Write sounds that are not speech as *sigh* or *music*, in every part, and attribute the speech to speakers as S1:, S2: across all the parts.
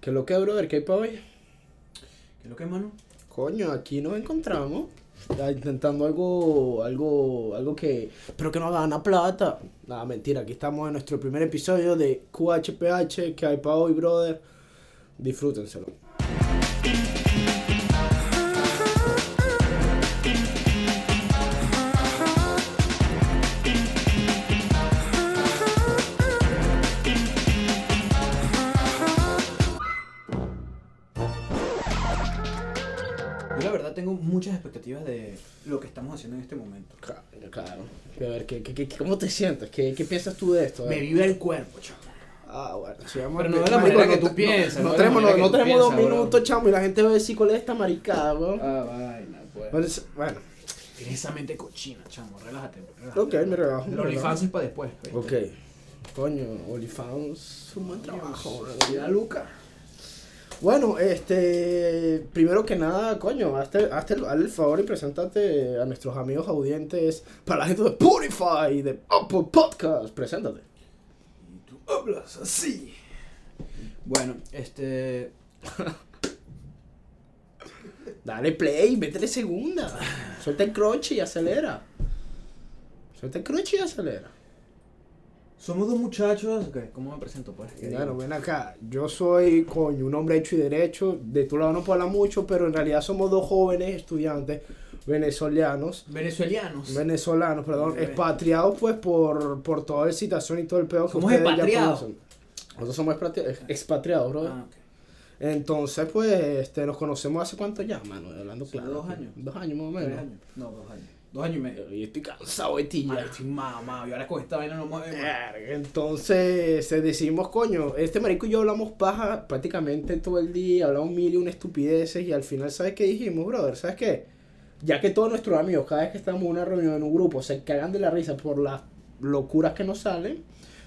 S1: ¿Qué es lo que, brother? ¿Qué hay para hoy?
S2: ¿Qué es lo que, mano?
S1: Coño, aquí nos encontramos. ya Intentando algo, algo, algo que, pero que no gana plata. Nada, mentira, aquí estamos en nuestro primer episodio de QHPH, que hay para hoy, brother. Disfrútenselo.
S2: Yo la verdad tengo muchas expectativas de lo que estamos haciendo en este momento.
S1: Claro, claro. A ver, ¿qué, qué, qué- ¿cómo te sientes? ¿Qué, qué piensas tú de esto? A ver.
S2: Me vibra el cuerpo, chaval.
S1: Ah, bueno, sí, vamos
S2: Pero
S1: a-
S2: no de la
S1: marico,
S2: manera que
S1: te-
S2: tú piensas, no
S1: No,
S2: de la
S1: tenemos,
S2: manera que
S1: no
S2: tú
S1: tenemos dos
S2: piensas, bro.
S1: minutos, chamo, y la gente va a decir cuál es esta maricada, weón.
S2: Ah, vaina, pues.
S1: Bueno, es- bueno,
S2: Tienes esa mente cochina, chamo. Relájate. relájate.
S1: ok, me rebajo. me
S2: Los
S1: rebajo.
S2: OnlyFans es para después. ¿viste?
S1: Ok. Coño, OnlyFans, un buen trabajo. bro.
S2: Mira, Luca.
S1: Bueno, este, primero que nada, coño, hazte, hazte el, hazle el favor y preséntate a nuestros amigos audientes para la gente de Spotify, de Apple Podcast, preséntate.
S2: Y tú hablas así. Bueno, este.
S1: Dale play, métele segunda, suelta el crunch y acelera. Suelta el crunch y acelera.
S2: Somos dos muchachos. ok, ¿Cómo me presento? Pues, ¿Qué
S1: Claro,
S2: digo?
S1: ven acá. Yo soy, coño, un hombre hecho y derecho. De tu lado no puedo hablar mucho, pero en realidad somos dos jóvenes estudiantes venezolanos.
S2: Venezolanos.
S1: Venezolanos, perdón,
S2: Ok.
S1: expatriados pues por, por toda la situación y todo el pedo que
S2: Somos
S1: ustedes ya
S2: expatriados.
S1: conocen. Nosotros somos expatri- ex- expatriados, bro.
S2: Ah, ok.
S1: Entonces, pues, este, nos conocemos hace cuánto ya, mano, hablando
S2: Sí,
S1: claro.
S2: dos años.
S1: Dos años más o
S2: ¿Tres
S1: menos.
S2: años? No, dos años. Dos años y medio.
S1: Yo estoy cansado de ti
S2: Madre,
S1: ya.
S2: estoy mamado. Y ahora con esta vaina no mueve más.
S1: Verga, Entonces eh, decimos, coño, este marico y yo hablamos paja prácticamente todo el día, hablamos mil y una estupideces y al final, ¿sabes qué dijimos, brother? ¿Sabes qué? Ya que todos nuestros amigos, cada vez que estamos en una reunión, en un grupo, se cagan de la risa por las locuras que nos salen,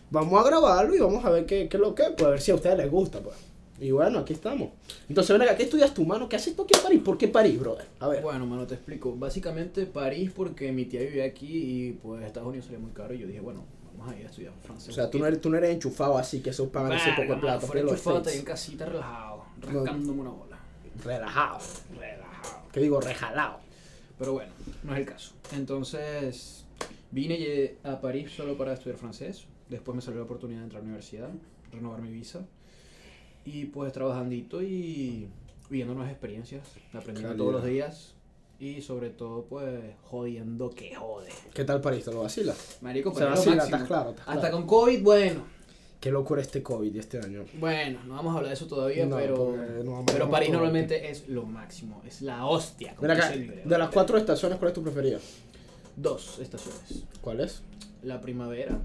S1: vamos a grabarlo y vamos a ver qué, qué es lo que, pues a ver si a ustedes les gusta, pues. Y bueno, aquí estamos. Entonces, ven acá, ¿qué estudias tu mano? ¿Qué haces tú aquí en París? ¿Por qué París, brother? A ver.
S2: Bueno, mano, te explico. Básicamente París porque mi tía vivía aquí y pues Estados Unidos sería muy caro y yo dije, bueno, vamos a ir a estudiar francés.
S1: o sea,
S2: un
S1: tú no,
S2: poquito.
S1: eres, tú no eres enchufado así, que eso pagan ese
S2: Verga,
S1: poco de
S2: mano,
S1: plata.
S2: fuera
S1: pero los
S2: enchufado, estaría en
S1: States.
S2: casita relajado,
S1: No.
S2: rascándome una bola.
S1: Relajado.
S2: Relajado.
S1: que digo rejalado.
S2: Pero bueno, no es el caso. Entonces, vine ye- a París solo para estudiar francés. Después me salió la oportunidad de entrar a la universidad, renovar mi visa. Y pues trabajandito y viviendo nuevas experiencias, aprendiendo
S1: Calidad.
S2: todos los días. Y sobre todo, pues, jodiendo que jode.
S1: ¿Qué tal París? ¿Te lo vacila?
S2: Marico,
S1: Se
S2: pero es lo
S1: vacila,
S2: máximo.
S1: estás claro, estás
S2: Hasta
S1: claro.
S2: con COVID, bueno.
S1: Qué locura este COVID y este año.
S2: Bueno, no vamos a hablar de eso todavía,
S1: No,
S2: pero,
S1: porque nos vamos
S2: pero
S1: a-
S2: París normalmente es lo máximo. Es la hostia. como
S1: Mira acá,
S2: dice el video.
S1: de las cuatro estaciones, ¿cuál es tu preferida?
S2: Dos estaciones.
S1: ¿Cuál es?
S2: La primavera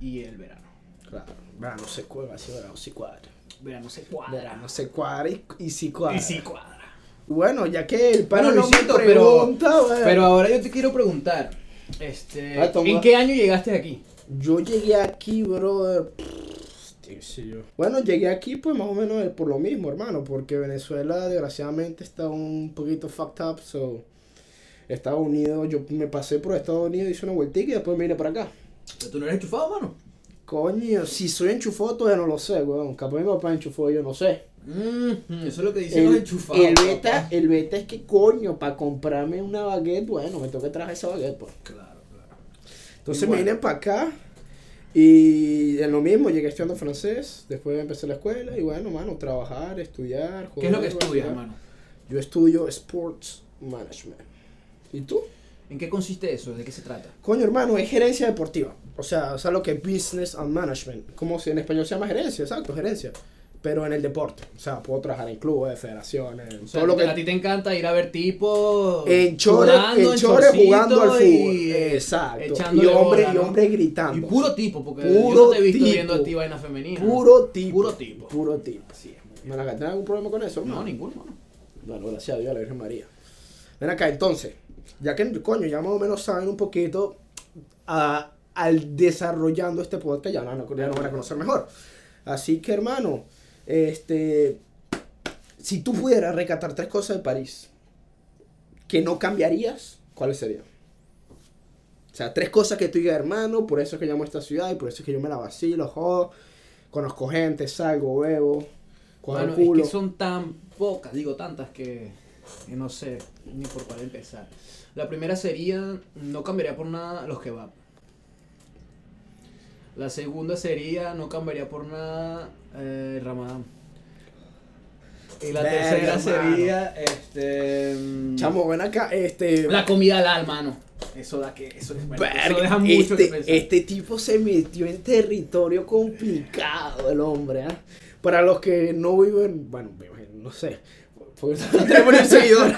S2: y el verano.
S1: Claro. Verano se cuadra, sí, verano se cuadra.
S2: Verano se cuadra.
S1: Verano se cuadra y, y sí cuadra.
S2: Y sí cuadra.
S1: Bueno, ya que el pana
S2: Bueno,
S1: Luisito
S2: Luisito, pero-
S1: pregunta, bueno.
S2: Pero ahora yo te quiero preguntar, este,
S1: Ah, toma.
S2: ¿en qué año llegaste aquí?
S1: Yo llegué aquí, brother. Hostia, qué sé yo. Bueno, llegué aquí pues más o menos eh, por lo mismo, hermano, porque Venezuela desgraciadamente está un poquito fucked up, so Estados Unidos, yo me pasé por Estados Unidos, hice una vueltica y después me vine para acá.
S2: Pero tú no eres enchufado, mano.
S1: Coño, si soy enchufado todavía no lo sé, weón. Capaz mi papá enchufó, yo no sé.
S2: Mm, eso es lo que dicen los
S1: El,
S2: enchufados.
S1: el
S2: papá.
S1: beta, el beta es que coño, para comprarme una baguette, bueno, me tengo que traer esa baguette, pues.
S2: Claro, claro.
S1: Entonces
S2: Y bueno.
S1: me vine para acá y en lo mismo llegué estudiando francés, después empecé la escuela y bueno, mano, trabajar, estudiar.
S2: ¿Qué es lo
S1: joder,
S2: que estudias,
S1: vacilar.
S2: hermano?
S1: Yo estudio Sports Management. ¿Y tú?
S2: ¿En qué consiste eso? ¿De qué se trata?
S1: Coño, hermano, es gerencia deportiva. O sea, o sea, lo que es business and management. Como si en español se llama gerencia, exacto, gerencia. Pero en el deporte. O sea, puedo trabajar en clubes, federaciones,
S2: O sea,
S1: todo lo que...
S2: a ti te encanta ir a ver tipos
S1: En chores,
S2: sudando,
S1: en chores
S2: chorcito
S1: jugando al fútbol.
S2: y-
S1: Exacto. Y
S2: echándole
S1: hombre,
S2: bola,
S1: y
S2: ¿no?
S1: hombre gritando.
S2: Y puro tipo, porque yo
S1: Puro
S2: no te he visto
S1: tipo.
S2: viendo a ti vaina femenina.
S1: Puro tipo.
S2: Puro tipo.
S1: Puro tipo.
S2: Así es, muy bien.
S1: ¿Me la ¿Tienes algún problema con eso, hermano?
S2: No, ninguno, mano.
S1: Bueno, gracias a Dios, a la Virgen María. Ven acá, entonces, ya que, coño, ya más o menos saben un poquito a- al desarrollando este podcast, ya, no, no, ya nos van a conocer mejor. Así que, hermano, este, si tú pudieras recatar tres cosas de París que no cambiarías, ¿cuáles serían? O sea, tres cosas que tú digas, hermano, por eso es que llamo a esta ciudad y por eso es que yo me la vacilo, jodo, conozco gente, salgo, bebo. Cuadro
S2: Mano,
S1: culo.
S2: es que son tan pocas, digo tantas que, que no sé ni por cuál empezar. La primera sería, no cambiaría por nada los kebab. La segunda sería, no cambiaría por nada eh, el ramadán. Y la
S1: Verga,
S2: tercera
S1: mano.
S2: sería, este... mm,
S1: Chamo, ven acá, este.
S2: La comida al alma, mano. Eso da que, eso, es- bueno, eso
S1: Verga,
S2: deja mucho que pensar.
S1: este, este tipo se metió en territorio complicado, el hombre. ¿ah? Para los que no viven, bueno, me imagino, no sé. porque no *laughs* tenemos ni un seguidor.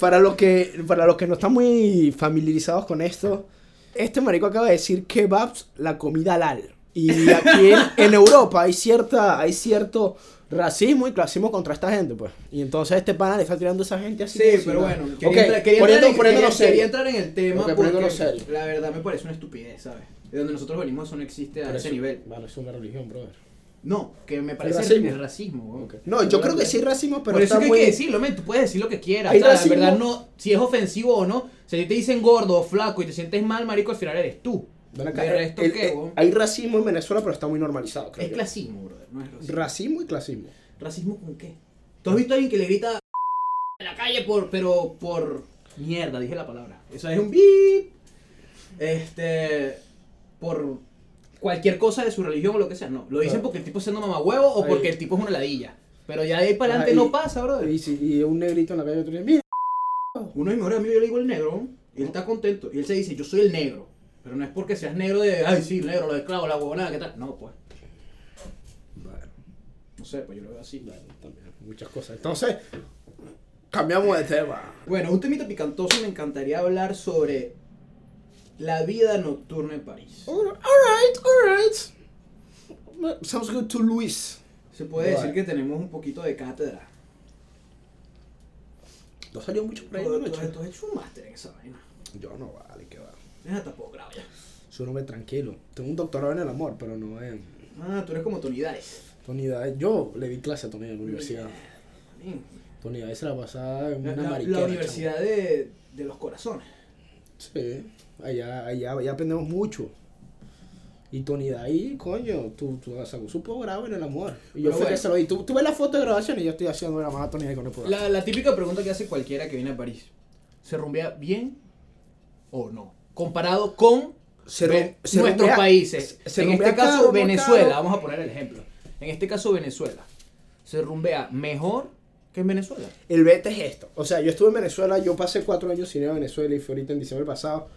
S1: Para los que, para los que no están muy familiarizados con esto, este marico acaba de decir kebabs, la comida halal. Y aquí en, en Europa hay cierta, hay cierto racismo y clasismo contra esta gente, pues. Y entonces este pana le está tirando a esa gente así.
S2: Sí,
S1: como si
S2: pero
S1: nada.
S2: bueno, quería,
S1: Ok,
S2: entrar, quería,
S1: poniendo-
S2: entrar en,
S1: poniéndonos
S2: quería- quería
S1: serios.
S2: entrar en el tema
S1: Ok,
S2: porque
S1: poniéndonos serios.
S2: la verdad me parece una estupidez, ¿sabes? De donde nosotros venimos eso no existe a
S1: Pero
S2: ese
S1: eso-
S2: nivel.
S1: Bueno, es una religión, brother.
S2: No, que me parece
S1: racismo.
S2: el racismo. weón.
S1: No, yo creo que sí es racismo, pero
S2: Por eso
S1: está
S2: es que
S1: muy...
S2: hay que decirlo, men, tú puedes decir lo que quieras.
S1: Hay
S2: o sea, la
S1: racismo.
S2: verdad no, si es ofensivo o no, si a ti te dicen gordo o flaco y te sientes mal, marico, al final eres tú.
S1: Ven acá,
S2: ¿De
S1: el-
S2: resto
S1: el-
S2: qué,
S1: el-
S2: weón?
S1: hay racismo en Venezuela, pero está muy normalizado, creo
S2: Es
S1: yo.
S2: clasismo, brother, no es racismo.
S1: Racismo y clasismo.
S2: ¿Racismo con qué? ¿Tú has visto a alguien que le grita en la calle por, pero por mierda, dije la palabra. Eso es un bip. Este, por cualquier cosa de su religión o lo que sea, no. Lo dicen
S1: Claro.
S2: porque el tipo es siendo mamahuevo o
S1: Ahí.
S2: porque el tipo es una ladilla. Pero ya de ahí para adelante
S1: Ahí.
S2: no pasa, brother.
S1: Y, si- y un negrito en la calle, otro dice, mira,
S2: Uno de mis mejores amigos yo le digo el negro, y él está contento. Y él se dice, yo soy el negro. Pero no es porque seas negro de, ay, sí, negro, lo esclavo, la huevonada, ¿qué tal? No, pues. No sé, pues yo lo veo así.
S1: También, muchas cosas. Entonces, cambiamos de tema.
S2: Bueno, un temita picantoso me encantaría hablar sobre la vida nocturna en París.
S1: Alright, alright. Sounds good to Luis.
S2: Se puede
S1: Right.
S2: decir que tenemos un poquito de cátedra.
S1: No salió mucho por ahí
S2: Todo-
S1: de
S2: todo
S1: noche.
S2: esto es un máster en esa vaina.
S1: Yo no, vale, que va.
S2: Es hasta posgrado ya.
S1: Yo no me tranquilo. Tengo un doctorado en el amor, pero no en...
S2: Ah, tú eres como Tony Dice.
S1: Tony Dade- Yo le di clase a Tony en la universidad. Tony Dade se la pasaba en
S2: La,
S1: una
S2: la- la
S1: mariquera. chamo.
S2: universidad de, de los corazones.
S1: Sí, allá, allá, allá aprendemos mucho. Y Tony de ahí, coño, tú, tú sacó su posgrado en el amor. Y yo fui
S2: Pero bueno.
S1: que se lo di. Tú, tú ves la foto de grabación y yo estoy haciendo la mano a Tony Day con el posgrado.
S2: La, la típica pregunta que hace cualquiera que viene a París. ¿Se rumbea bien o no? Comparado con
S1: Se
S2: ve-
S1: rum- se
S2: nuestros
S1: rumbea-
S2: países.
S1: se- se
S2: en
S1: rumbea
S2: este caso,
S1: caro, no
S2: Venezuela.
S1: caro.
S2: Vamos a poner el ejemplo. En este caso, Venezuela. ¿Se rumbea mejor que en Venezuela?
S1: El beta es esto. O sea, yo estuve en Venezuela, yo pasé cuatro años sin ir a Venezuela y fue ahorita en diciembre pasado.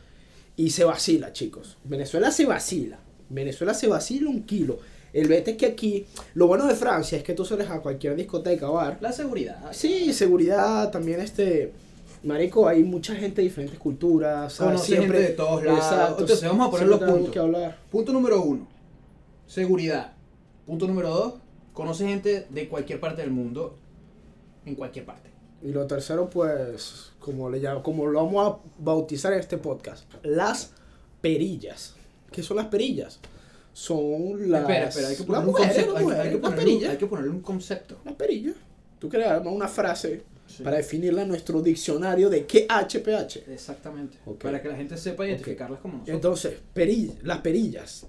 S1: Y se vacila, chicos. Venezuela se vacila. Venezuela se vacila un kilo. El beta es que aquí, lo bueno de Francia es que tú sales a cualquier discoteca o bar
S2: La seguridad.
S1: Sí, seguridad, también este. Marico, hay mucha gente de diferentes culturas. ¿sabes?
S2: Conoce gente de todos lados. Entonces, vamos a poner
S1: siempre
S2: los
S1: tenemos
S2: puntos.
S1: que hablar.
S2: Punto número uno. Seguridad. Punto número dos. Conoce gente de cualquier parte del mundo. En cualquier parte.
S1: Y lo tercero, pues, como le llamo, como lo vamos a bautizar en este podcast, las perillas. ¿Qué son las perillas? Son las.
S2: espera, espera. Hay que
S1: las
S2: ponerle un
S1: mujeres,
S2: concepto.
S1: las
S2: Hay, que-
S1: mujeres,
S2: hay que
S1: las
S2: ponerle, un-
S1: perillas.
S2: hay que ponerle un concepto.
S1: Las perillas. Tú creas armar una frase
S2: Sí.
S1: para definirla en nuestro diccionario de qué HPH.
S2: Exactamente.
S1: Ok.
S2: Para que la gente sepa identificarlas como nosotros.
S1: Entonces, peri- las perillas.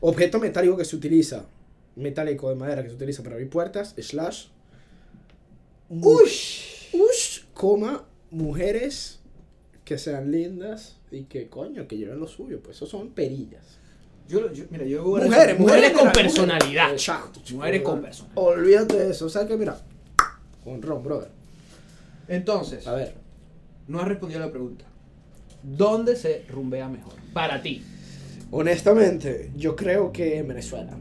S1: Objeto metálico que se utiliza, metálico de madera que se utiliza para abrir puertas, slash. mu-
S2: ¡Ush!
S1: ush, coma, mujeres que sean lindas y que coño, que lleven lo suyo. Pues eso son perillas.
S2: Yo, yo- mira, yo voy a-
S1: Mujeres, mujeres,
S2: con
S1: de la-
S2: personalidad.
S1: Exacto, chico,
S2: Mujeres con
S1: ¿verdad?
S2: personalidad.
S1: Olvídate de eso. O sea que mira, con Ron, brother.
S2: Entonces,
S1: A ver,
S2: no has respondido a la pregunta. ¿Dónde se rumbea mejor? Para ti.
S1: Honestamente, yo creo que en Venezuela.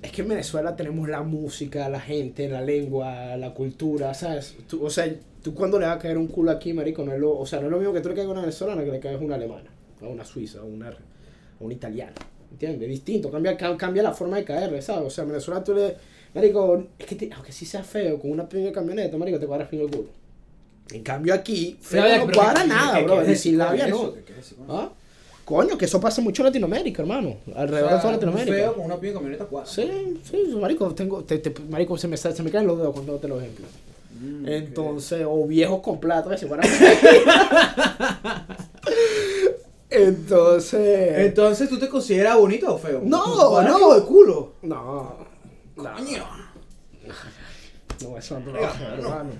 S1: Es que en Venezuela tenemos la música, la gente, la lengua, la cultura, ¿sabes? Tú- o sea, tú cuando le vas a caer un culo aquí, marico, no es lo, o sea, no es lo mismo que tú le caigas a una venezolana que le caigas a una alemana, a una suiza, a una, a una italiana. ¿Entiendes? Distinto, cambia, ca- cambia la forma de caerle, ¿sabes? O sea, en Venezuela tú le. Marico, es que te- aunque sí sea feo, con una pinga camioneta, marico, te paras pingo el culo. En cambio aquí, feo
S2: Pero,
S1: no
S2: pero,
S1: para
S2: ¿qué-
S1: nada,
S2: qué- qué
S1: bro.
S2: quieres
S1: Y sin
S2: decir
S1: labia
S2: con eso?
S1: no.
S2: ¿Qué quieres decir con eso?
S1: ¿Ah? Coño, que eso pasa mucho en Latinoamérica, hermano. Alrededor
S2: O sea,
S1: de toda
S2: un
S1: Latinoamérica.
S2: Feo con una piba en camioneta cuadra.
S1: Sí, sí, marico, tengo, te- te- marico se, me, sal- se me caen los dedos cuando te los ejemplos.
S2: Mm,
S1: Entonces, o viejos con plata que se
S2: *laughs*
S1: van a... Entonces...
S2: ok. Entonces, ¿tú te consideras bonito o feo?
S1: No,
S2: Cuadra
S1: no.
S2: pico de culo.
S1: No. no.
S2: Coño.
S1: No, eso no trabaja, hermano.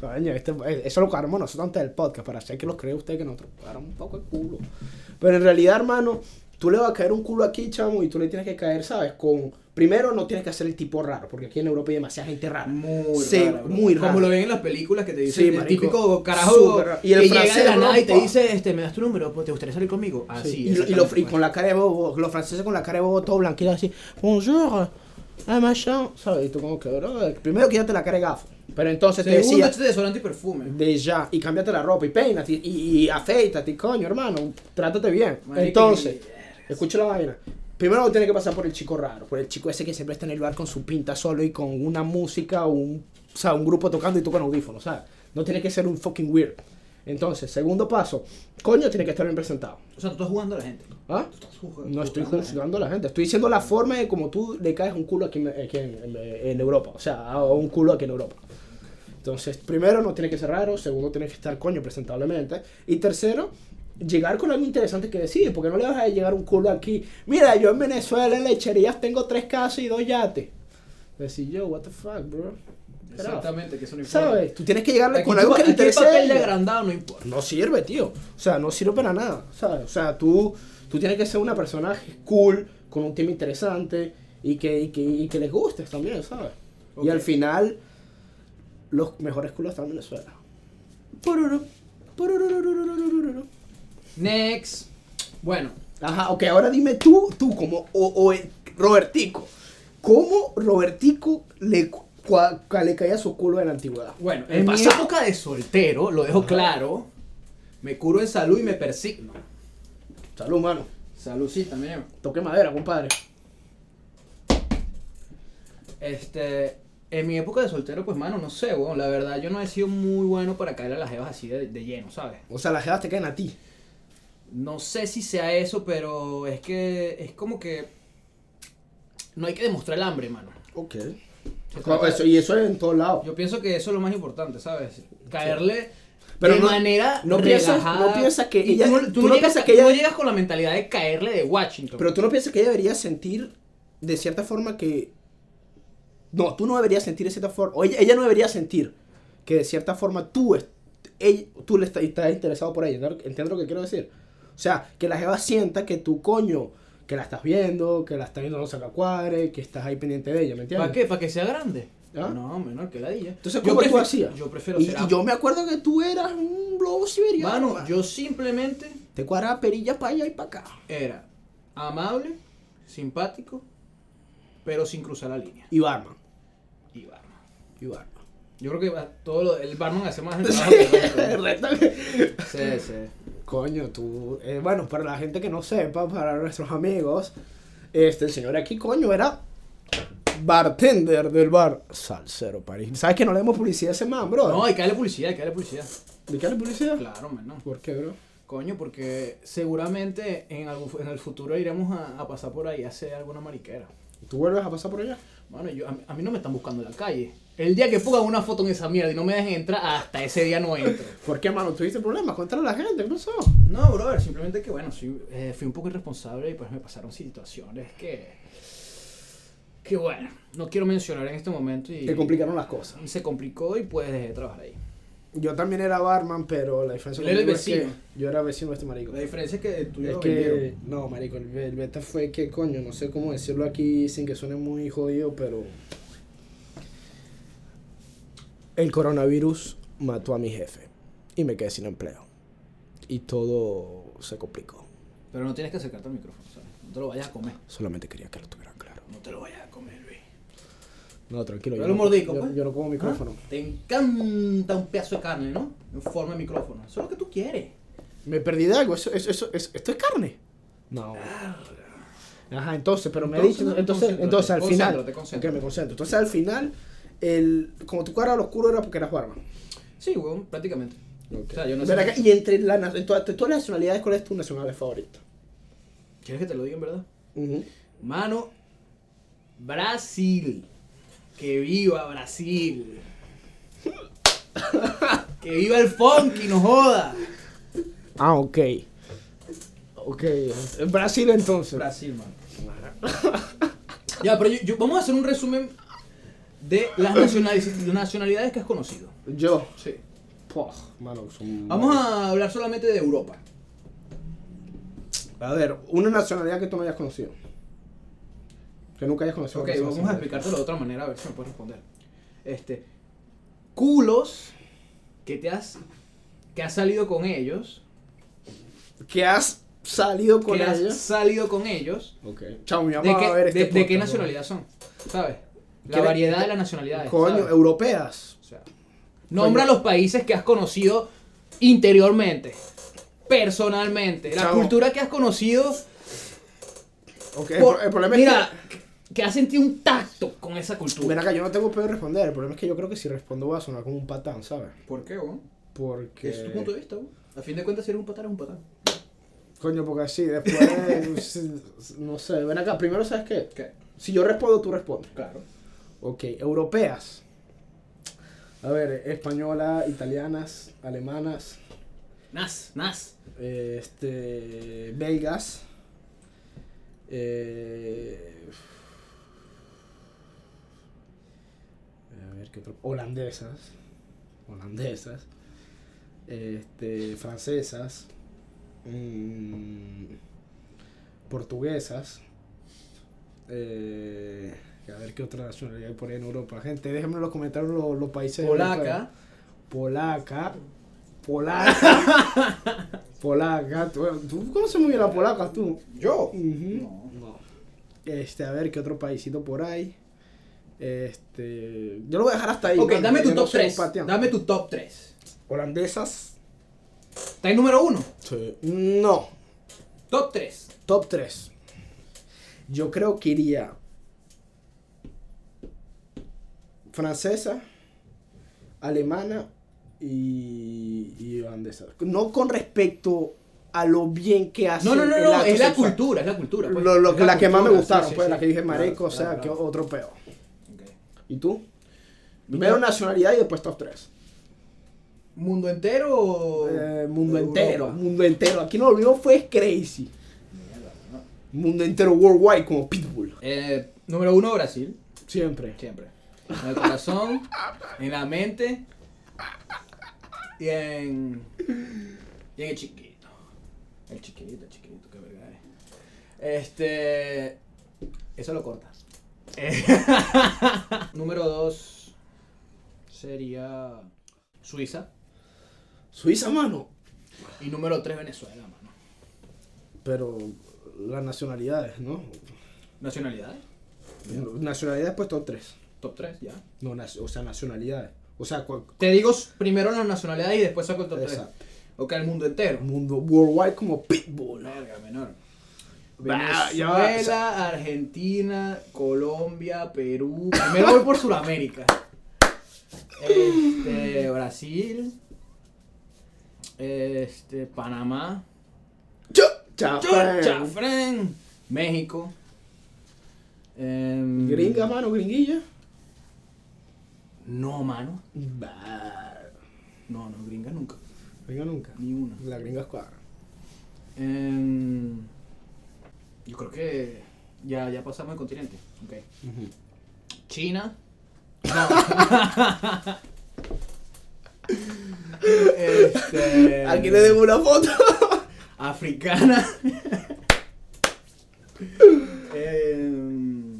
S1: Coño, este- eh, eso lo cargamos nosotros antes del podcast, para hacer que los cree usted que nosotros cargamos un poco el culo. Pero en realidad, hermano, tú le vas a caer un culo aquí, chamo, y tú le tienes que caer, ¿sabes? Con. Primero, no tienes que hacer el tipo raro, porque aquí en Europa hay demasiada gente rara.
S2: Muy
S1: Sí,
S2: rara, bro.
S1: muy rara.
S2: Como lo ven en las películas que te dicen
S1: Sí,
S2: el
S1: marico.
S2: típico carajo
S1: Súper raro.
S2: y
S1: Y
S2: el
S1: el
S2: que llega de
S1: francés,
S2: la nada y te
S1: bro,
S2: dice, este, me das tu número, pues te gustaría salir conmigo. Así.
S1: Sí, y, lo- y, lo- y con la cara de bobo, los franceses con la cara de bobo todo blanquito así, bonjour, ah, machin, ¿sabes? Y tú como que, bro, primero quítate la cara de gafo. Pero entonces te
S2: Segundo,
S1: decía,
S2: échate desodorante y perfume.
S1: de ya, y cámbiate la ropa, y peínate, y, y afeítate, coño, hermano, trátate bien.
S2: Marico,
S1: entonces,
S2: y-
S1: escucha la vaina. Primero tiene que pasar por el chico raro, por el chico ese que siempre está en el bar con su pinta solo y con una música o un, o sea, un grupo tocando y tú con audífonos, ¿sabes? No tiene que ser un fucking weird. Entonces, segundo paso, coño tiene que estar bien presentado.
S2: O sea, tú estás jugando a la gente.
S1: ¿Ah?
S2: Tú estás jug-
S1: No estoy
S2: jugando a la gente.
S1: juzgando a la gente, estoy diciendo la forma de como tú le caes un culo aquí, en, aquí en- en- en Europa, o sea, a un culo aquí en Europa. Entonces, primero, no tiene que ser raro, segundo, tiene que estar coño presentablemente, y tercero, llegar con algo interesante que decir, porque no le vas a llegar un culo aquí, mira, yo en Venezuela en lecherías tengo tres casas y dos yates. Decir yo, what the fuck, bro.
S2: Exactamente, que eso no importa.
S1: ¿Sabes? Tú tienes que llegarle
S2: Aquí
S1: con
S2: tú-
S1: algo que le
S2: aquí el
S1: interese. a
S2: papel de
S1: ella
S2: agrandado no importa.
S1: no sirve, tío. O sea, no sirve para nada, ¿sabes? O sea, tú, tú tienes que ser una persona cool, con un tema interesante y que, y que, y que les gustes también, ¿sabes?
S2: Ok.
S1: Y al final, los mejores culos están en Venezuela. Pururu, purururururururururu.
S2: Next. Bueno,
S1: Ajá, ok, ahora dime tú, tú como o, o el- Robertico, ¿cómo Robertico le, cu- cua- le caía su culo en la antigüedad?
S2: bueno,
S1: En
S2: en mi
S1: mi
S2: época de soltero, lo dejo claro, me curo en salud y me persigno.
S1: Salud, mano.
S2: Salud, sí, también.
S1: Toque madera, compadre.
S2: Este, en mi época de soltero, pues, mano, no sé, weón. La verdad, yo no he sido muy bueno para caer a las jevas así de, de lleno, ¿sabes?
S1: O sea, las jevas te caen a ti.
S2: No sé si sea eso, pero es que es como que no hay que demostrar el hambre, mano.
S1: Ok.
S2: Se
S1: Co-
S2: trata-
S1: eso- y eso es en todos lados.
S2: Yo pienso que eso es lo más importante, ¿sabes? Caerle
S1: Pero
S2: de
S1: no-
S2: manera
S1: no piensas-
S2: relajada.
S1: no piensas que
S2: Y
S1: ella-
S2: tú,
S1: tú
S2: tú
S1: no
S2: llegas,
S1: piensas que
S2: tú
S1: ella-
S2: no llegas con la mentalidad de caerle de Washington.
S1: Pero tú no piensas que ella debería sentir de cierta forma que. No, tú no deberías sentir de cierta forma. O ella, ella no debería sentir que de cierta forma tú, es- ella- tú le estás, estás interesado por ella. ¿no? ¿Entiendes lo que quiero decir? O sea, que la jeva sienta que tu coño, que la estás viendo, que la estás viendo no saca cuadre, que estás ahí pendiente de ella, ¿me entiendes?
S2: ¿Para qué? ¿Para que sea grande?
S1: ¿Ah?
S2: No, menor que la ella.
S1: Entonces, ¿cómo tú
S2: prefi-
S1: hacías?
S2: Yo prefiero
S1: y,
S2: ser
S1: y yo me acuerdo que tú eras un lobo siberiano.
S2: Mano, yo simplemente
S1: Te cuadraba perilla para allá y para acá.
S2: era amable, simpático, pero sin cruzar la línea.
S1: Y barman.
S2: Y barman.
S1: Y barman.
S2: *laughs* Yo creo que va- todo lo- el barman hace más el trabajo que el otro.
S1: Reto que-
S2: *laughs* Sí, sí.
S1: Coño, tú. eh, bueno, para la gente que no sepa, para nuestros amigos, este, el señor aquí, coño, era bartender del bar Salsero París. ¿Sabes que no le damos publicidad a ese man, bro?
S2: No, hay que darle publicidad, hay que darle publicidad.
S1: ¿De qué le publicidad?
S2: Claro, menor.
S1: ¿Por qué, bro?
S2: Coño, porque seguramente en, algún- en el futuro iremos a, a pasar por ahí a hacer alguna mariquera.
S1: ¿Tú vuelves a pasar por allá?
S2: Bueno, yo, a, mí- a mí no me están buscando en la calle. El día que pongan una foto en esa mierda y no me dejen entrar, hasta ese día no entro.
S1: ¿Por qué, mano? ¿Tuviste problemas contra la gente? ¿Qué pasó?
S2: No, brother, simplemente que bueno, soy- eh, fui un poco irresponsable y pues me pasaron situaciones que. que bueno, no quiero mencionar en este momento y.
S1: Te complicaron las cosas.
S2: Se complicó y pues dejé de trabajar ahí.
S1: Yo también era barman, pero la diferencia
S2: Él era el
S1: conmigo es que
S2: vecino.
S1: yo era vecino de este marico.
S2: La diferencia es que tú y
S1: Es
S2: yo
S1: que, no, marico, el, el beta fue que, coño, no sé cómo decirlo aquí sin que suene muy jodido, pero... El coronavirus mató a mi jefe y me quedé sin empleo. Y todo se complicó.
S2: Pero no tienes que acercarte al micrófono, ¿sabes? No te lo vayas a comer.
S1: Solamente quería que lo tuvieran claro.
S2: No te lo vayas a comer, Luis.
S1: No, tranquilo.
S2: Pero
S1: yo
S2: lo
S1: no-
S2: mordico,
S1: yo,
S2: pues.
S1: yo no como micrófono.
S2: Te encanta un pedazo de carne, ¿no? En forma de micrófono. Eso es lo que tú quieres.
S1: Me perdí de algo. Eso, eso, eso, eso- ¿Esto es carne? No. Ajá, entonces, pero me
S2: Entonces,
S1: dices,
S2: no,
S1: entonces,
S2: concéntrate,
S1: entonces al final,
S2: concéntrate, concéntrate.
S1: Ok, me concentro. Entonces al final, el, como tu cara al oscuro era porque eras barman.
S2: Sí, weón, prácticamente. O sea, yo no
S1: Ven
S2: sé.
S1: acá, y entre, la, na- en todas- de todas las nacionalidades, ¿cuál es tu nacionalidad favorita?
S2: ¿Quieres que te lo diga en verdad?
S1: Ujú.
S2: Mano, Brasil. Que viva Brasil. que viva el funky, no joda.
S1: Ah, ok. Ok, en Brasil entonces.
S2: Brasil, mano. ya, pero yo- yo- vamos a hacer un resumen de las nacionali- nacionalidades que has conocido.
S1: Yo.
S2: Sí.
S1: Poh, mano, son-
S2: Vamos a hablar solamente de Europa.
S1: A ver, una nacionalidad que tú no hayas conocido. Que nunca hayas conocido.
S2: Ok,
S1: que sea
S2: vamos a
S1: nacional.
S2: explicártelo de otra manera, a ver si me puedes responder. Este, culos que te has, que has salido con ellos,
S1: Que has salido con
S2: que
S1: ella.
S2: has salido con ellos,
S1: Ok. Chao, mi mamá
S2: de,
S1: va
S2: qué,
S1: a ver este
S2: de- de qué
S1: podcast,
S2: nacionalidad son, ¿sabes? La
S1: ¿Quieres-
S2: variedad de
S1: de-
S2: las nacionalidades.
S1: Coño,
S2: ¿sabes?
S1: europeas.
S2: O sea, nombra los países que has conocido interiormente, personalmente, la
S1: Chamo.
S2: cultura que has conocido.
S1: Ok, el
S2: por-
S1: pro- el problema es
S2: mira, que, que has sentido un tacto con esa
S1: que. Ven
S2: cultura.
S1: acá, yo no tengo peor responder. El problema es que yo creo que si respondo voy a sonar como un patán, ¿sabes?
S2: ¿Por qué, vos?
S1: Porque.
S2: Es tu punto de vista, vos. A fin de cuentas, si eres un patán, eres un patán.
S1: Coño, porque así, después. *laughs* si- no sé, ven acá. Primero, ¿sabes qué?
S2: ¿Qué?
S1: Si yo respondo, tú respondes.
S2: Claro.
S1: Ok, europeas. A ver, española, italianas, alemanas,
S2: Nas, nas.
S1: eh, este, belgas. eh, a ver, ¿qué otro? Holandesas. Holandesas. Este, francesas. mm, portuguesas. eh, a ver qué otra nacionalidad hay por ahí en Europa. Gente, déjenme en los comentarios los, los países. europeos. Polaca.
S2: Polaca.
S1: Polaca.
S2: *laughs*
S1: polaca. Tú, tú conoces muy bien la polaca, tú.
S2: ¿Yo?
S1: Ujú. Este, a ver, ¿qué otro paisito por ahí? Este. Yo lo voy a dejar hasta ahí.
S2: Ok,
S1: mano,
S2: dame
S1: porque
S2: tu
S1: yo no
S2: top
S1: soy un
S2: 3.
S1: pateón.
S2: Dame tu top 3.
S1: Holandesas.
S2: Está en número 1.
S1: No.
S2: Top 3.
S1: Top 3. Yo creo que iría. Francesa, alemana y, y holandesa. No con respecto a lo bien que hace.
S2: No, no, no,
S1: el
S2: no.
S1: acto
S2: Es la
S1: sexual.
S2: cultura, es la cultura. pues.
S1: Lo- lo-
S2: Es
S1: la, que más me
S2: cultura,
S1: gustaron,
S2: sí, sí,
S1: pues,
S2: sí.
S1: la que dije mareco,
S2: Claro,
S1: o sea,
S2: claro,
S1: que
S2: claro.
S1: otro peo.
S2: Ok.
S1: ¿Y tú?
S2: Mi
S1: Primero
S2: top-
S1: nacionalidad y después top 3.
S2: ¿Mundo entero o.?
S1: Eh, mundo
S2: Eh, Europa?
S1: entero, mundo entero. Aquí no lo vimos fue crazy. Mundo entero worldwide como Pitbull.
S2: Eh, número 1, Brasil.
S1: Siempre.
S2: Siempre. En el corazón, en la mente y en. Y en el chiquito. El chiquito, el chiquito, qué verga es. Este. Eso lo corta. Eh, Número 2 sería Suiza.
S1: Suiza, mano.
S2: Y número 3 Venezuela, mano.
S1: Pero las nacionalidades, ¿no?
S2: Nacionalidades,
S1: Nacionalidades pues top 3.
S2: top 3, ya.
S1: No, nas- o sea, nacionalidades. O sea, cual-
S2: Te digo s- primero las nacionalidades y después saco el top 3.
S1: Exacto.
S2: Ok, el mundo entero.
S1: mundo worldwide como Pitbull.
S2: Verga, menor.
S1: Bah, ya va, o
S2: Venezuela, Argentina, Colombia, Perú. Primero voy por Sudamérica. Este, Brasil. Este, Panamá.
S1: Cha- cha-
S2: Georgia,
S1: pues.
S2: Fren. México. em,
S1: Gringa, mano, gringuilla.
S2: No, mano.
S1: Bah.
S2: No, no, gringa nunca.
S1: Gringa nunca.
S2: Ni una.
S1: La gringa escuadra.
S2: Em, yo creo que ya, ya pasamos el continente. Ok. China. No. *laughs* este,
S1: Aquí le debo una foto. *laughs*
S2: Africana. Em,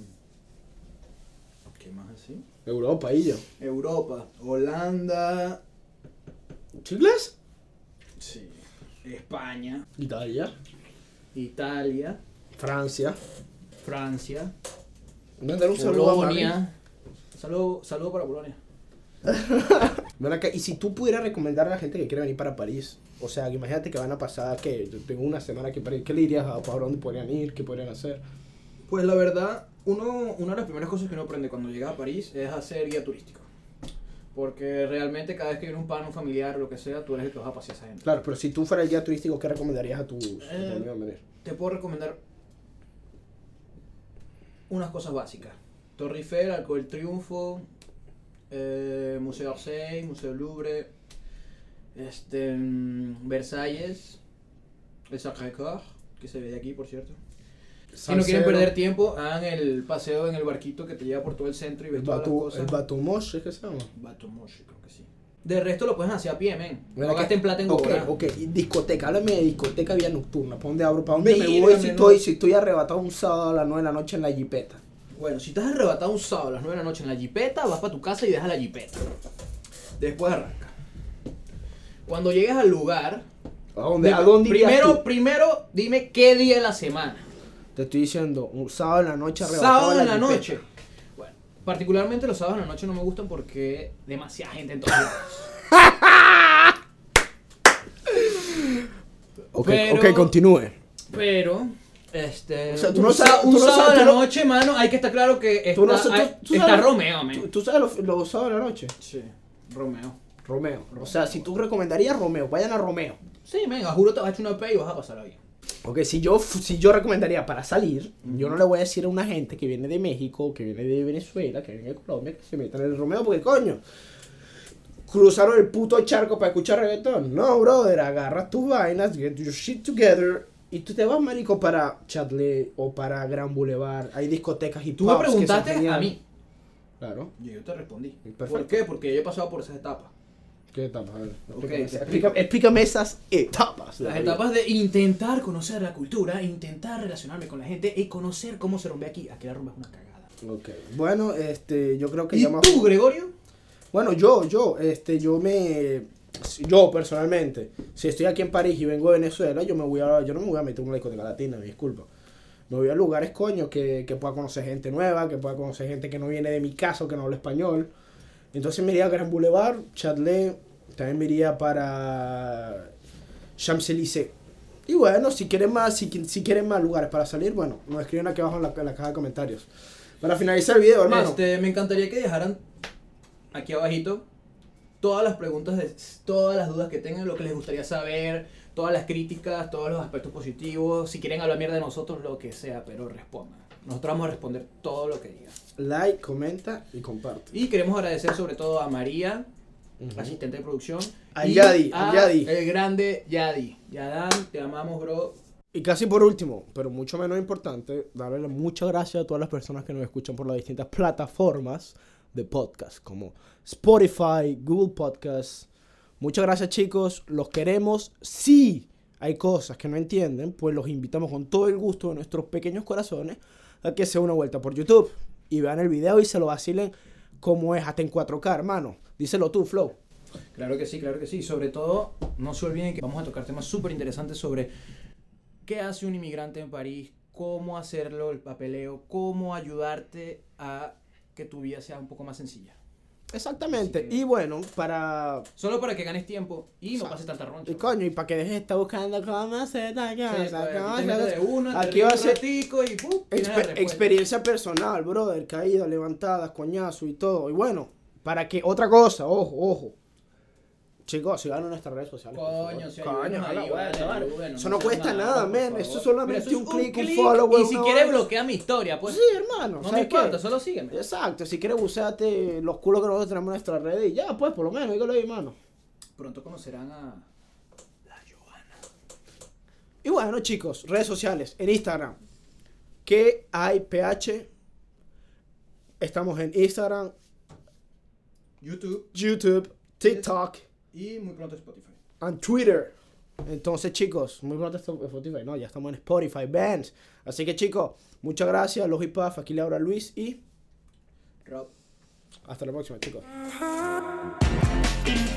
S2: ¿Qué más así?
S1: Europa, y yo.
S2: Europa. Holanda.
S1: ¿Chicles?
S2: Sí. España.
S1: Italia.
S2: Italia.
S1: Francia.
S2: Francia.
S1: Mandar un saludo a Mari.
S2: Polonia. Saludo, saludo para Polonia.
S1: Ven acá, Y si tú pudieras recomendar a la gente que quiere venir para París, o sea, que imagínate que van a pasar, que yo tengo una semana aquí en París, ¿qué le dirías a para dónde podrían ir? ¿Qué podrían hacer?
S2: Pues la verdad, uno, una de las primeras cosas que uno aprende cuando llega a París es hacer guía turístico. Porque realmente cada vez que viene un pan, un familiar, lo que sea, tú eres el que vas a pasear a esa gente.
S1: Claro, pero si tú fueras el guía turístico, ¿qué recomendarías a tus a tus
S2: Eh.
S1: amigos venir?
S2: Te puedo recomendar unas cosas básicas. Torre Eiffel, Arco del Triunfo, eh, Museo d'Orsay, Museo Louvre, este, mm, Versalles, el Sacré-Cœur, que se ve de aquí, por cierto. Si no quieren
S1: Salsero.
S2: perder tiempo, hagan el paseo en el barquito que te lleva por todo el centro y ves todas
S1: Batu-
S2: las
S1: el
S2: cosas.
S1: Batumosh, ¿es que se llama?
S2: Batomoshi, creo que sí. De resto lo puedes hacer a pie, men.
S1: Mira
S2: No
S1: que-
S2: gasten plata en
S1: Ok,
S2: Gogorá.
S1: ok, y discoteca, háblame de discoteca vía nocturna. ¿Para dónde abro? ¿Para dónde me voy
S2: Mírame,
S1: si
S2: no.
S1: estoy, si estoy arrebatado un sábado a las 9 de la noche en la jipeta?
S2: Bueno, si estás arrebatado un sábado a las 9 de la noche en la jipeta, vas para tu casa y dejas la jipeta. Después arranca. Cuando llegues al lugar,
S1: ¿A dónde,
S2: dime-
S1: ¿a dónde irías
S2: primero,
S1: tú?
S2: primero dime qué día de la semana.
S1: Te estoy diciendo, un sábado en la noche arrebatado.
S2: Sábado en la
S1: jipeta.
S2: noche. Bueno, particularmente los sábados en la noche no me gustan porque demasiada gente en todos lados.
S1: Ok,
S2: Pero-
S1: ok, continúe.
S2: Pero, este.
S1: O sea, tú
S2: un
S1: no
S2: sa-
S1: sabes-
S2: un
S1: tú no
S2: sábado
S1: sabes-
S2: en
S1: tú
S2: la
S1: no-
S2: noche, mano, hay que estar claro que está,
S1: Tú no sa- tú-
S2: hay-
S1: tú
S2: está
S1: sabes-
S2: Romeo, man.
S1: ¿Tú, tú sabes los, los sábados en la noche?
S2: Sí, Romeo.
S1: Romeo. O sea, si tú recomendarías Romeo, vayan a Romeo.
S2: Sí, venga, juro te vas a echar una pea y vas a pasar bien.
S1: Ok, si yo, f- si yo recomendaría para salir, yo no le voy a decir a una gente que viene de México, que viene de Venezuela, que viene de Colombia, que se metan en el Romeo, porque coño, cruzaron el puto charco para escuchar reggaetón. No, brother, agarra tus vainas, get your shit together, y tú te vas, marico, para Chatley o para Gran Boulevard. Hay discotecas y
S2: Tú me
S1: pubs que son
S2: preguntaste a
S1: genial.
S2: mí.
S1: Claro.
S2: Y yo te respondí.
S1: Perfecto.
S2: ¿Por qué? Porque yo he pasado por esas etapas.
S1: ¿Qué etapas? A ver,
S2: Ok,
S1: explícame,
S2: te
S1: esas-
S2: explico.
S1: explícame- explícame esas etapas. de
S2: Las
S1: la vida.
S2: etapas de intentar conocer la cultura, intentar relacionarme con la gente y conocer cómo se rompe aquí. Aquí la rumba es una cagada.
S1: Ok. Bueno, este, yo creo que
S2: ¿Y
S1: ya más-
S2: tú, Gregorio?
S1: Bueno, yo, yo, este, yo me. Yo personalmente, si estoy aquí en París y vengo de Venezuela, yo me voy a. Yo no me voy a meter en una discoteca latina, me disculpa. Me voy a lugares, coño, que, que pueda conocer gente nueva, que pueda conocer gente que no viene de mi casa, o que no habla español. Entonces me iría a Gran Boulevard, Châtelet, también me iría para Champs-Élysées. Y bueno, si quieren más, si, qui- si quieren más lugares para salir, bueno, nos escriben aquí abajo en la, en la caja de comentarios. Para finalizar el video, hermano.
S2: Este, me encantaría que dejaran aquí abajito todas las preguntas, de, todas las dudas que tengan, lo que les gustaría saber, todas las críticas, todos los aspectos positivos, si quieren hablar mierda de nosotros, lo que sea, pero respondan. Nosotros vamos a responder todo lo que digan.
S1: Like, comenta y comparte.
S2: Y queremos agradecer sobre todo a María,
S1: Ujú.
S2: asistente de producción.
S1: A
S2: y
S1: Yadi, a Yadi.
S2: El grande Yadi. Yadán, te amamos, bro.
S1: Y casi por último, pero mucho menos importante, darle las muchas gracias a todas las personas que nos escuchan por las distintas plataformas de podcast, como Spotify, Google Podcasts. Muchas gracias chicos, los queremos. Si hay cosas que no entienden, pues los invitamos con todo el gusto de nuestros pequeños corazones a que se den una vuelta por YouTube y vean el video y se lo vacilen como es, hasta en 4K, hermano. Díselo tú, Flow.
S2: Claro que sí, claro que sí. Sobre todo, no se olviden que vamos a tocar temas súper interesantes sobre qué hace un inmigrante en París, cómo hacerlo, el papeleo, cómo ayudarte a que tu vida sea un poco más sencilla.
S1: Exactamente.
S2: Así que-
S1: Y bueno, para
S2: Solo para que ganes tiempo y no
S1: Exacto.
S2: pases tanta roncha.
S1: Y coño, y para que dejes de estar buscando cómo se
S2: Sí,
S1: taca,
S2: pues,
S1: saca,
S2: aquí te metes de
S1: saca.
S2: una, te
S1: Aquí va a
S2: ríes un
S1: ser
S2: ratico y ¡pum! tienes la
S1: exper-
S2: respuesta.
S1: experiencia personal, brother. Caídas, levantadas, coñazo y todo. Y bueno, para que otra cosa, ojo, ojo. Chicos, sigan en nuestras redes sociales. por favor.
S2: Coño, sí,
S1: coño,
S2: ayúdenos
S1: a la
S2: ahí,
S1: buena,
S2: vale,
S1: vale.
S2: ayúdenos,
S1: Eso no
S2: sean
S1: cuesta
S2: malos,
S1: nada,
S2: por
S1: men.
S2: favor.
S1: Eso es
S2: Mira,
S1: solamente
S2: eso es
S1: un clic, un
S2: clic,
S1: follow.
S2: Y si
S1: una
S2: quieres
S1: vaina.
S2: bloquea mi historia, pues.
S1: Sí, hermano.
S2: no me
S1: ¿sabes qué?
S2: importa, solo sígueme.
S1: Exacto, si quieres bucearte los culos que nosotros tenemos en nuestras redes y ya, pues, por lo menos, dígalo ahí, mano.
S2: Pronto conocerán a la Joana.
S1: Y bueno, chicos, redes sociales, en Instagram. Que hay PH. Estamos en Instagram,
S2: YouTube
S1: YouTube, TikTok
S2: y muy pronto Spotify.
S1: and Twitter. Entonces, chicos, muy pronto estamos en Spotify. No, ya estamos en Spotify, Bands. Así que, chicos, muchas gracias. Los Hipaf, aquí le habla Luis y
S2: Rob.
S1: hasta la próxima, chicos.
S3: Thank